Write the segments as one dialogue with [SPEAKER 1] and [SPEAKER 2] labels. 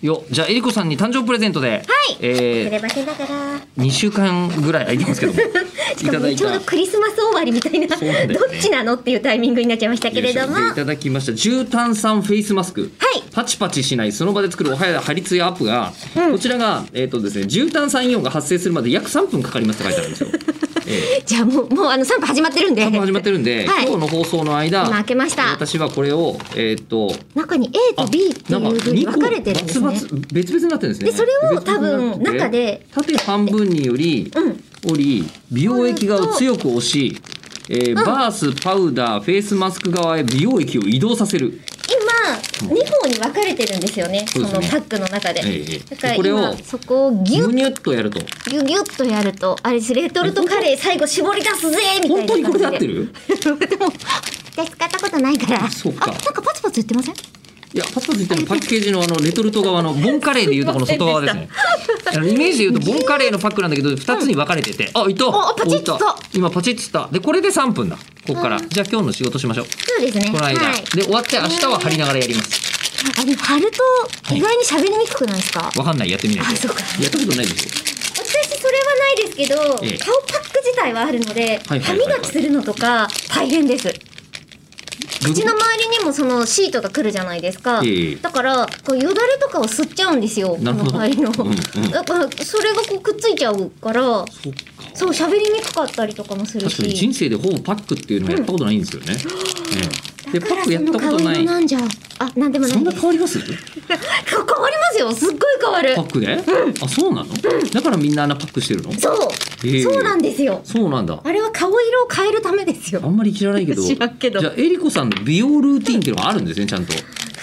[SPEAKER 1] よじゃあえりこさんに誕生日プレゼントで、
[SPEAKER 2] はい
[SPEAKER 1] え
[SPEAKER 2] 遅ればせながら
[SPEAKER 1] ー、2週間ぐらい空いてますけども
[SPEAKER 2] しか
[SPEAKER 1] いただ
[SPEAKER 2] も
[SPEAKER 1] い
[SPEAKER 2] ちょう
[SPEAKER 1] た
[SPEAKER 2] どクリスマス終わりみたいな
[SPEAKER 1] そうなんだよね
[SPEAKER 2] どっちなのっていうタイミングになっちゃいましたけれど
[SPEAKER 1] よ
[SPEAKER 2] も
[SPEAKER 1] いしょいただきました重炭酸フェイスマスク、
[SPEAKER 2] はい
[SPEAKER 1] パチパチしないその場で作るお肌張り付けアップが、こちらが、えーとですね、重炭酸イオンが発生するまで約3分かかりますって書いてあるんですよ、え
[SPEAKER 2] じゃあもうもうあの散歩始まってるんで
[SPEAKER 1] 3分始まってるんで、
[SPEAKER 2] はい
[SPEAKER 1] 今日の放送の間
[SPEAKER 2] 今開けました
[SPEAKER 1] 私はこれをえっ、と
[SPEAKER 2] 中に A と B っていうふうに分かれてるんですね
[SPEAKER 1] バツバツ別々になってるんですね
[SPEAKER 2] でそれを
[SPEAKER 1] 別々になって
[SPEAKER 2] 多分中で
[SPEAKER 1] 縦半分により
[SPEAKER 2] うん
[SPEAKER 1] 折り美容液側を強く押し、えーバースパウダーフェイスマスク側へ美容液を移動させる、
[SPEAKER 2] 今二方に分かれてるんですよね
[SPEAKER 1] そ
[SPEAKER 2] そ
[SPEAKER 1] うです
[SPEAKER 2] の
[SPEAKER 1] ね
[SPEAKER 2] パックの中で、
[SPEAKER 1] ええ
[SPEAKER 2] だから
[SPEAKER 1] これを
[SPEAKER 2] 今そこをギュ
[SPEAKER 1] む
[SPEAKER 2] ッ
[SPEAKER 1] にゅっとやると
[SPEAKER 2] ギュギュッとやるとあれですレトルトカレー最後絞り出すぜみたいな
[SPEAKER 1] 本当にこれで合って
[SPEAKER 2] る
[SPEAKER 1] る
[SPEAKER 2] でも私使ったことないから
[SPEAKER 1] そうか
[SPEAKER 2] あなんかパツパツ言ってません
[SPEAKER 1] いやパツパツ言ってるのパッケージのあのレトルト側のボンカレーでいうとこ の外側ですねあのイメージでいうとボンカレーのパックなんだけど2つに分かれててあいた
[SPEAKER 2] あパチッと
[SPEAKER 1] おい今パチッつったでこれで3分だここからじゃあ今日の仕事しましょう
[SPEAKER 2] そうですね
[SPEAKER 1] この間、
[SPEAKER 2] はい
[SPEAKER 1] で終わって明日は貼りながらやります
[SPEAKER 2] あでも貼ると意外に喋りにくくないですか、
[SPEAKER 1] わかんないやってみない
[SPEAKER 2] あ
[SPEAKER 1] と
[SPEAKER 2] そうか
[SPEAKER 1] やったことないでしょ
[SPEAKER 2] 私それはないですけど、
[SPEAKER 1] ええ
[SPEAKER 2] 顔パック自体はあるので、
[SPEAKER 1] はいはいはい
[SPEAKER 2] 歯磨きするのとか大変です
[SPEAKER 1] どういうこ
[SPEAKER 2] 口の周りにもそのシートが来るじゃないですか、
[SPEAKER 1] ええ
[SPEAKER 2] だからこうよだれとかを吸っちゃうんですよ
[SPEAKER 1] なるほど
[SPEAKER 2] この周りの、
[SPEAKER 1] うんうん
[SPEAKER 2] だからそれがこうくっついちゃうから
[SPEAKER 1] とそっか
[SPEAKER 2] そう喋りにくかったりとかもする
[SPEAKER 1] 確かに人
[SPEAKER 2] し
[SPEAKER 1] 生でほぼパックっていうのはやったことないんですよね、ええで
[SPEAKER 2] だ
[SPEAKER 1] パッ
[SPEAKER 2] から
[SPEAKER 1] クや
[SPEAKER 2] そ
[SPEAKER 1] った
[SPEAKER 2] の
[SPEAKER 1] こ
[SPEAKER 2] 顔
[SPEAKER 1] とな
[SPEAKER 2] 色
[SPEAKER 1] い
[SPEAKER 2] なんじゃあなんでもな
[SPEAKER 1] そ
[SPEAKER 2] い
[SPEAKER 1] んな
[SPEAKER 2] です
[SPEAKER 1] 変わります
[SPEAKER 2] 変わりますよすっごい変わる
[SPEAKER 1] パックで、あそうなの、だからみんなあんなパックしてるの
[SPEAKER 2] そう、
[SPEAKER 1] ええ
[SPEAKER 2] そうなんですよ
[SPEAKER 1] そうなんだ
[SPEAKER 2] あれは顔色を変えるためですよ
[SPEAKER 1] あんまり知らないけど
[SPEAKER 2] 知らんけど
[SPEAKER 1] じゃあえりこさんの美容ルーティンっていうのがあるんですねちゃんと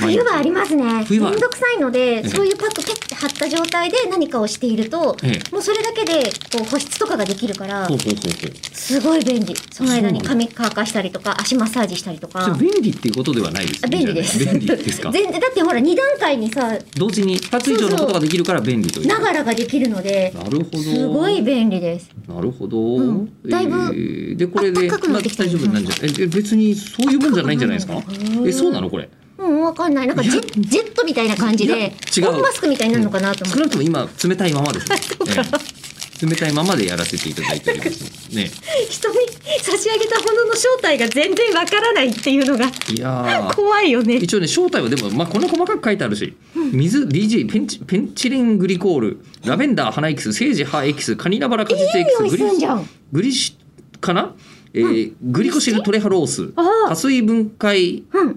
[SPEAKER 2] 冬はありますね。
[SPEAKER 1] 冬はあ
[SPEAKER 2] め
[SPEAKER 1] る
[SPEAKER 2] んどくさいので、
[SPEAKER 1] え
[SPEAKER 2] そういうパックペッて貼った状態で何かをしていると、
[SPEAKER 1] え
[SPEAKER 2] もうそれだけでこう保湿とかができるから
[SPEAKER 1] ほう、ほうほうほう
[SPEAKER 2] すごい便利。その間に
[SPEAKER 1] そうな
[SPEAKER 2] 髪乾かしたりとか、足マッサージしたりと
[SPEAKER 1] じゃあ
[SPEAKER 2] か。
[SPEAKER 1] 便利っていうことではないです
[SPEAKER 2] あ
[SPEAKER 1] ね
[SPEAKER 2] 便利です。
[SPEAKER 1] じゃあね便利 ですか
[SPEAKER 2] 全然だってほら、2段階にさ、
[SPEAKER 1] 同時に二つ以上のことができるから便利という
[SPEAKER 2] ながらができるので、
[SPEAKER 1] なるほど
[SPEAKER 2] すごい便利です。
[SPEAKER 1] なるほど、
[SPEAKER 2] んだいぶ
[SPEAKER 1] えーでこれで
[SPEAKER 2] あ高くなってきた
[SPEAKER 1] まあ大丈夫なんじゃええ別にそういうもんじゃないんじゃないですか
[SPEAKER 2] 高くないのかな
[SPEAKER 1] えそうなのこれ
[SPEAKER 2] うん、わかんない。なんかジェジェットみたいな感じ
[SPEAKER 1] いや
[SPEAKER 2] で、
[SPEAKER 1] 違う
[SPEAKER 2] ゴムマスクみたいになるのかなと思
[SPEAKER 1] 少
[SPEAKER 2] って。
[SPEAKER 1] なくとも今冷たいまま ですね、ええ冷たいままでやらせていただいており ますね
[SPEAKER 2] 人に差し上げたものの正体が全然わからないっていうのが
[SPEAKER 1] いやー
[SPEAKER 2] 怖いよね。
[SPEAKER 1] 一応ね正体はでも、まあ、こんな細かく書いてあるし水 DJ ペンチペンチリングリコールラベンダー花エキスセージ葉エキスカニナバラ果実エキス
[SPEAKER 2] いい匂い
[SPEAKER 1] グ
[SPEAKER 2] すん
[SPEAKER 1] リ
[SPEAKER 2] じゃん
[SPEAKER 1] グリシかな、えーグリコシルトレハロース
[SPEAKER 2] あー
[SPEAKER 1] 加水分解
[SPEAKER 2] うん。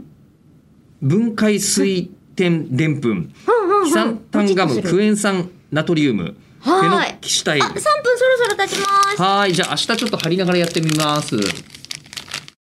[SPEAKER 1] 分解水天でんぷん
[SPEAKER 2] うんうんうん
[SPEAKER 1] キサンタンガム
[SPEAKER 2] ポチッとす
[SPEAKER 1] ク
[SPEAKER 2] る
[SPEAKER 1] エン酸ナトリウムフ
[SPEAKER 2] はーい
[SPEAKER 1] ェノキシタイル
[SPEAKER 2] あ、三分そろそろ経ちます。
[SPEAKER 1] はーいじゃあ明日ちょっと貼りながらやってみます